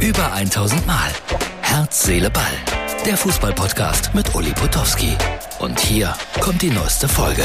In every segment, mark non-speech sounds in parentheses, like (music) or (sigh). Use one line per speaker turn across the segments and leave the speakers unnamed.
Über 1000 Mal. Herz, Seele, Ball. Der Fußballpodcast mit Uli Potowski. Und hier kommt die neueste Folge.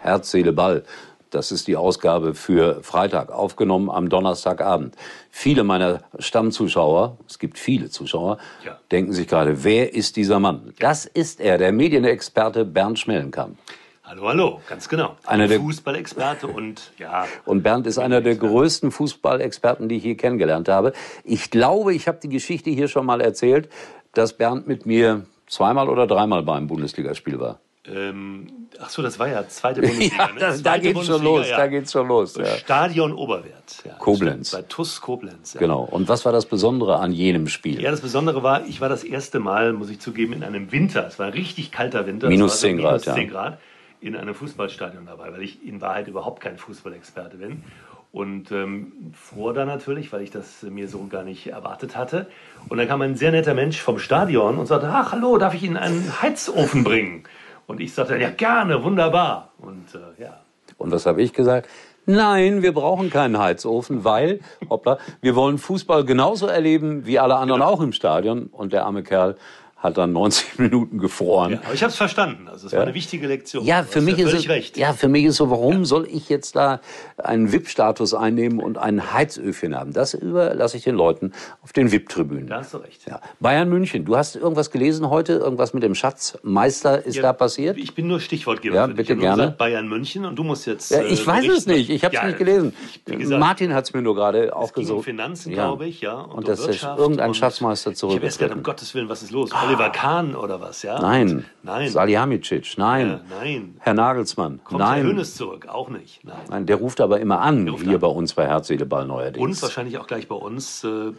Herz, Seele, Ball. Das ist die Ausgabe für Freitag, aufgenommen am Donnerstagabend. Viele meiner Stammzuschauer, es gibt viele Zuschauer,
Ja.
denken sich gerade, wer ist dieser Mann? Das ist er, der Medienexperte Bernd Schmellenkamp.
Hallo, hallo, ganz genau.
Einer der-
Fußballexperte und ja,
Und Bernd ist einer der größten Fußballexperten, die ich hier kennengelernt habe. Ich glaube, ich habe die Geschichte hier schon mal erzählt, dass Bernd mit mir zweimal oder dreimal beim Bundesligaspiel war.
ähm, ach so, das war (laughs) ja
(laughs)
zweite Bundesliga. ne?
das- da
Zweite
geht's schon
Bundesliga,
los, da geht's schon los, ja.
Stadion Oberwert. Ja,
Koblenz.
Bei TUS Koblenz. Ja.
Genau. Und was war das Besondere an jenem Spiel?
Ja, das Besondere war, ich war das erste Mal, muss ich zugeben, in einem Winter. Es war ein richtig kalter Winter. Es
Minus
war so
10 Grad,
minus
ja.
10 Grad in einem Fußballstadion dabei, weil ich in Wahrheit überhaupt kein Fußballexperte bin. Und ähm, fror da natürlich, weil ich das mir so gar nicht erwartet hatte. Und dann kam ein sehr netter Mensch vom Stadion und sagte, ach hallo, darf ich Ihnen einen Heizofen bringen? Und ich sagte, ja gerne, wunderbar. Und äh, ja,
Und was habe ich gesagt? Nein, wir brauchen keinen Heizofen, weil, hoppla, wir wollen Fußball genauso erleben wie alle anderen
Genau.
auch im Stadion. Und der arme Kerl hat dann 90 (laughs) Minuten gefroren.
ja aber ich habe es verstanden. Also es war eine wichtige Lektion.
Ja,
Du
für
hast
mich ist
völlig
es,
recht.
ja, für mich ist so, warum soll ich jetzt da einen VIP-Status einnehmen und einen Heizöfchen haben? Das überlasse ich den Leuten auf den VIP-Tribünen.
Da hast du recht.
Ja. Bayern München, du hast irgendwas gelesen heute, irgendwas mit dem Schatzmeister ist da passiert?
Ich bin nur Stichwortgeber.
Ja,
für dich.
bitte
Ich hab nur
gerne.
gesagt, Bayern München und du musst jetzt.
Ja,
äh,
ich weiß es
berichten.
nicht, ich habe es
Ja,
nicht gelesen.
ich- Wie gesagt,
Martin hat es mir nur gerade
es ging um
aufgesucht.
Finanzen,
Ja.
glaube ich, ja.
Und,
um
dass jetzt
Wirtschaft
irgendein
und-
Schatzmeister
Ich habe erst gedacht, um
zurückgetreten. Ah.
Gottes Willen, was ist los? Oliver Kahn oder was, ja?
Nein,
Und- Nein.
Salihamidzic, nein.
Ja, nein.
Herr Nagelsmann,
Kommt
nein.
Herr Hönes zurück? Auch nicht. Nein.
Nein, der ruft aber immer an,
ruft
hier
an.
bei uns bei Herzedeball neuerdings.
Und wahrscheinlich auch gleich bei uns äh,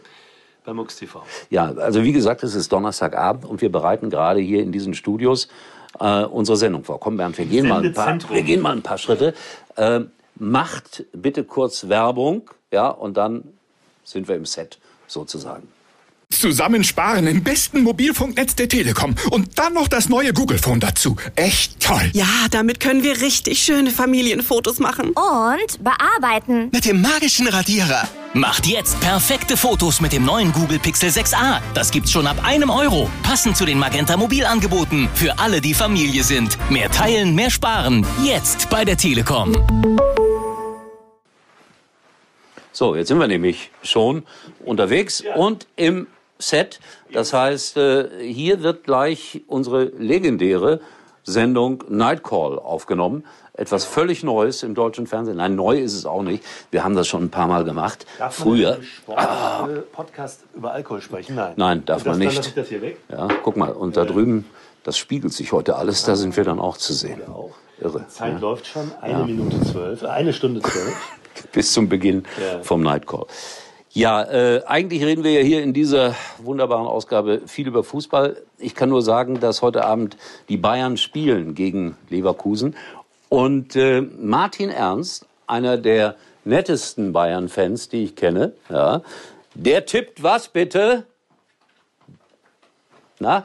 bei Mux TV.
Ja, also wie gesagt, es ist Donnerstagabend und wir bereiten gerade hier in diesen Studios äh, unsere Sendung vor. Komm, Bernd, wir gehen, mal ein paar,
Sendezentrum.
wir gehen mal ein paar Schritte. Äh, macht bitte kurz Werbung, ja, und dann sind wir im Set sozusagen.
Zusammensparen im besten Mobilfunknetz der Telekom und dann noch das neue Google Phone dazu. Echt toll.
Ja, damit können wir richtig schöne Familienfotos machen.
Und bearbeiten.
Mit dem magischen Radierer.
Macht jetzt perfekte Fotos mit dem neuen Google Pixel 6a. Das gibt's schon ab einem Euro. Passend zu den Magenta Mobilangeboten. Für alle, die Familie sind. Mehr teilen, mehr sparen. Jetzt bei der Telekom.
So, jetzt sind wir nämlich schon unterwegs und im Set. Das heißt, äh, hier wird gleich unsere legendäre Sendung Nightcall aufgenommen. Etwas völlig Neues im deutschen Fernsehen. Nein, neu ist es auch nicht. Wir haben das schon ein paar Mal gemacht. Früher.
Podcast über Alkohol sprechen? Nein.
Nein, darf
Und das,
man
Dann
nicht.
lasse ich das hier weg.
Ja, guck mal, und da drüben, das spiegelt sich heute alles, da sind wir dann auch zu sehen.
Auch.
Irre.
Zeit läuft schon. Eine Minute zwölf. äh, Eine Stunde zwölf.
bis zum Beginn
Ja.
vom Nightcall. Ja, äh, eigentlich reden wir ja hier in dieser wunderbaren Ausgabe viel über Fußball. Ich kann nur sagen, dass heute Abend die Bayern spielen gegen Leverkusen. Und äh, Martin Ernst, einer der nettesten Bayern-Fans, die ich kenne, ja, der tippt was bitte? Na?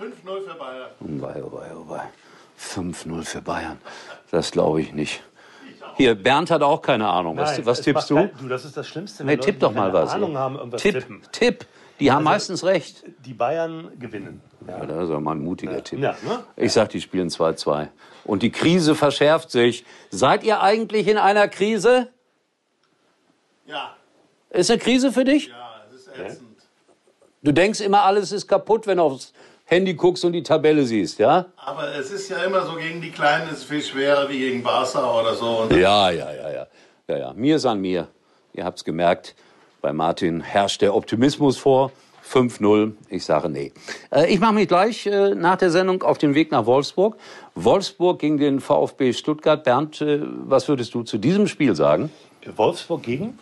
5-0 für Bayern. Oh, wei, oh, wei, oh, wei. 5-0 für Bayern. Das glaube ich nicht. Hier, Bernd hat auch keine Ahnung. Was,
Nein,
was
es
tippst
macht
du?
kein- Du, das ist das Schlimmste. wenn
Nee,
Leute,
tipp
die
doch mal
keine
was.
Ahnung haben, irgendwas
tipp,
tippen. Also-
tipp. Die haben meistens recht.
Die Bayern gewinnen.
Ja, das ist ja mal ein mutiger Tipp.
Ja, ne?
Ich sag, die spielen 2-2. Und die Krise verschärft sich. Seid ihr eigentlich in einer Krise?
Ja,
Ist eine Krise für dich?
ja, es ist ätzend.
Du denkst immer, alles ist kaputt, wenn du aufs Handy guckst und die Tabelle siehst, ja?
Aber es ist ja immer so, gegen die Kleinen ist es viel schwerer wie gegen Barca oder so. Und
Ja, ja, ja, ja. ja, ja. Mir ist an mir. Ihr habt's gemerkt, bei Martin herrscht der Optimismus vor. 5-0, ich sage nee. Äh, ich mache mich gleich äh, nach der Sendung auf den Weg nach Wolfsburg. Wolfsburg gegen den VfB Stuttgart. Bernd, äh, was würdest du zu diesem Spiel sagen? (laughs)
Wolfsburg gegen?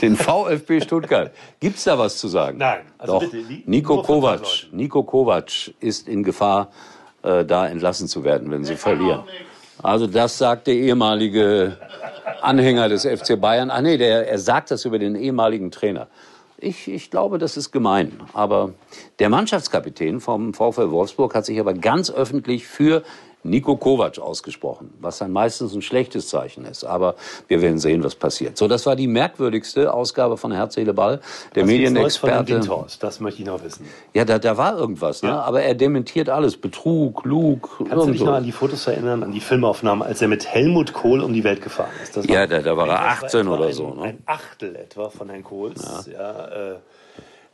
Den VfB Stuttgart. Gibt's da was zu sagen?
Nein. Also
Doch.
bitte, li-
Nico
nur von
Kovac.
zwei Leuten.
Nico Kovac ist in Gefahr, äh, da entlassen zu werden, wenn sie verlieren. Also das sagt der ehemalige Anhänger des FC Bayern. Ah nee, der, er sagt das über den ehemaligen Trainer. Ich, ich glaube, das ist gemein. Aber der Mannschaftskapitän vom VfL Wolfsburg hat sich aber ganz öffentlich für Nico Kovac ausgesprochen, was dann meistens ein schlechtes Zeichen ist. Aber wir werden sehen, was passiert. So, das war die merkwürdigste Ausgabe von Herz, Seele, Ball. Der
Was gibt's Neues von den
Medienexperte.
Windhorst? Das möchte ich noch wissen.
Ja, da, da war irgendwas, ne?
Ja.
aber er dementiert alles. Betrug, Lug,
Kannst du dich noch
irgendwo.
an die Fotos erinnern, an die Filmaufnahmen, als er mit Helmut Kohl um die Welt gefahren ist? Das
Ja, da- da war er
das
18
etwa
oder
ein,
so, ne?
Ein Achtel etwa von Herrn Kohls ja. äh,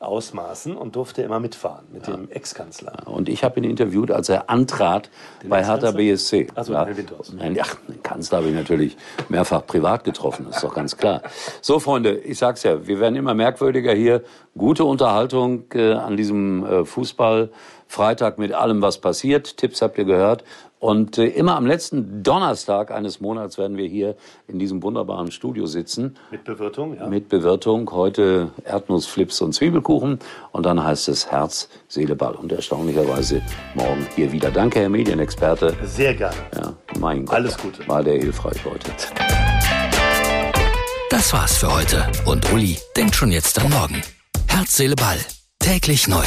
Ausmaßen und durfte immer mitfahren mit dem Ex-Kanzler.
Und ich habe ihn interviewt, als er antrat bei Hertha
Ex-Kanzler?
BSC.
Ach so,
ja.
Herrn Windhorst.
Nein, ach, den Kanzler habe ich natürlich mehrfach privat getroffen, ist doch ganz klar. So, Freunde, ich sag's ja, wir werden immer merkwürdiger hier. Gute Unterhaltung äh, an diesem äh, Fußballfreitag mit allem, was passiert. Tipps habt ihr gehört. Und äh, immer am letzten Donnerstag eines Monats werden wir hier in diesem wunderbaren Studio sitzen.
Mit Bewirtung, ja.
Mit Bewirtung heute Erdnussflips und Zwiebelkuchen und dann heißt es Herz, Seele, Ball und erstaunlicherweise morgen hier wieder. Danke, Herr Medienexperte.
Sehr gerne.
Ja, mein Gott,
Alles Gute.
war der hilfreich heute.
Das war's für heute. Und Uli denkt schon jetzt an morgen. Herz, Seele, Ball. Täglich neu.